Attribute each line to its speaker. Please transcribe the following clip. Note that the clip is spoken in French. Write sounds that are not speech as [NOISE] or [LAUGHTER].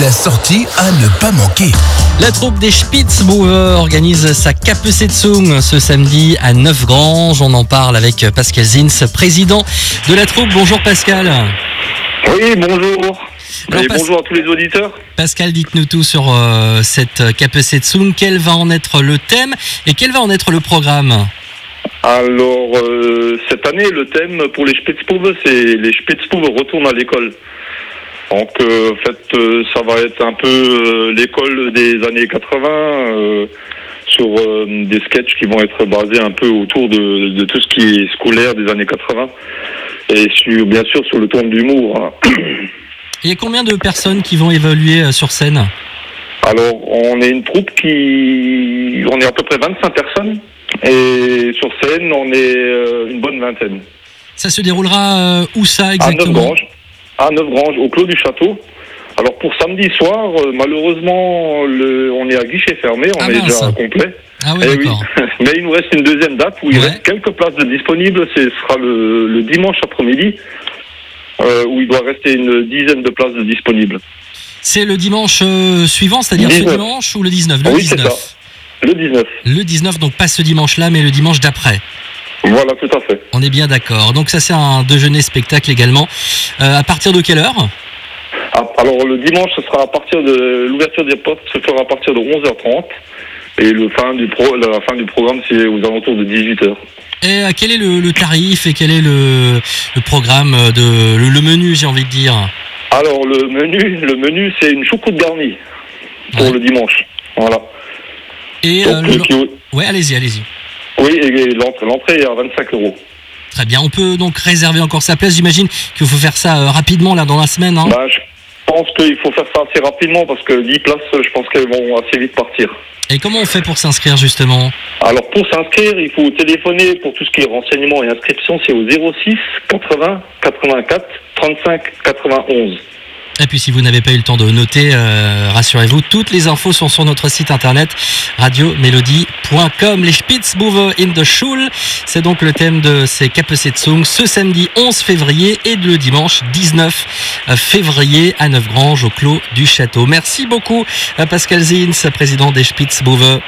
Speaker 1: La sortie à ne pas manquer.
Speaker 2: La troupe des Spitzbauer organise sa Kapusetzung ce samedi à Neufgrange. On en parle avec Pascal Zins, président de la troupe. Bonjour Pascal.
Speaker 3: Oui, bonjour.
Speaker 2: Alors,
Speaker 3: Et
Speaker 2: passe-
Speaker 3: bonjour à tous les auditeurs.
Speaker 2: Pascal, dites-nous tout sur euh, cette Kapusetzung. Quel va en être le thème et quel va en être le programme
Speaker 3: Alors, euh, cette année, le thème pour les Spitzbube, c'est les Spitzbube retournent à l'école. Donc, euh, en fait, euh, ça va être un peu euh, l'école des années 80 euh, sur euh, des sketchs qui vont être basés un peu autour de, de tout ce qui est scolaire des années 80 et sur, bien sûr sur le ton d'humour. hein.
Speaker 2: Il y a combien de personnes qui vont évoluer euh, sur scène
Speaker 3: Alors, on est une troupe qui. On est à peu près 25 personnes. Et sur scène, on est euh, une bonne vingtaine.
Speaker 2: Ça se déroulera euh, où ça
Speaker 3: À
Speaker 2: exactement
Speaker 3: Neufgrange. À Neufgrange, au Clos du Château. Alors, pour samedi soir, euh, malheureusement, le- on est à guichet fermé. On
Speaker 2: Ah
Speaker 3: est
Speaker 2: mince.
Speaker 3: déjà complet.
Speaker 2: Ah oui,
Speaker 3: Eh oui.
Speaker 2: d'accord.
Speaker 3: [LAUGHS] Mais il nous reste une deuxième date où il
Speaker 2: Ouais.
Speaker 3: reste quelques places de disponibles. Ce sera le, le dimanche après-midi. euh, où il doit rester une dizaine de places de disponibles.
Speaker 2: C'est le dimanche euh, suivant, c'est-à-dire ce
Speaker 3: 19.
Speaker 2: dimanche ou le 19 Le
Speaker 3: Oui, c'est
Speaker 2: 19.
Speaker 3: Le 19.
Speaker 2: Le 19, donc pas ce dimanche-là, mais le dimanche d'après.
Speaker 3: Voilà, tout à fait.
Speaker 2: On est bien d'accord. Donc ça, c'est un déjeuner spectacle également. Euh, à partir de quelle heure
Speaker 3: Ah, Alors le dimanche, ce sera à partir de l'ouverture des portes se fera à partir de 11h30 et le fin du pro, la fin du programme c'est aux alentours de 18h.
Speaker 2: Et euh, quel est le, le tarif et quel est le, le programme de le, le menu, j'ai envie de dire
Speaker 3: Alors le menu, le menu c'est une choucroute garnie pour
Speaker 2: Ouais.
Speaker 3: le dimanche. Voilà.
Speaker 2: Et euh,
Speaker 3: Donc,
Speaker 2: le-
Speaker 3: le kilo-
Speaker 2: ouais, allez-y, allez-y.
Speaker 3: oui, et et l'entrée l'entrée est à 25 euros.
Speaker 2: Très bien. On peut donc réserver encore sa place. J'imagine qu'il faut faire ça euh, rapidement là dans la semaine. hein.
Speaker 3: Bah, je pense qu'il faut faire ça assez rapidement parce que 10 places, je pense qu'elles vont assez vite partir.
Speaker 2: Et comment on fait pour s'inscrire justement
Speaker 3: Alors pour s'inscrire, il faut téléphoner pour tout ce qui est renseignements et inscription, c'est au 06 80 84 35 91.
Speaker 2: Et puis si vous n'avez pas eu le temps de noter, euh, rassurez-vous, toutes les infos sont sur notre site internet radiomélodie.com. Les Spitzbube in the Schule, c'est donc le thème de ces Kapusetzung ce samedi 11 février et le dimanche 19 février à Neufgrange au Clos du Château. Merci beaucoup euh, Pascal Zins, président des Spitzbube.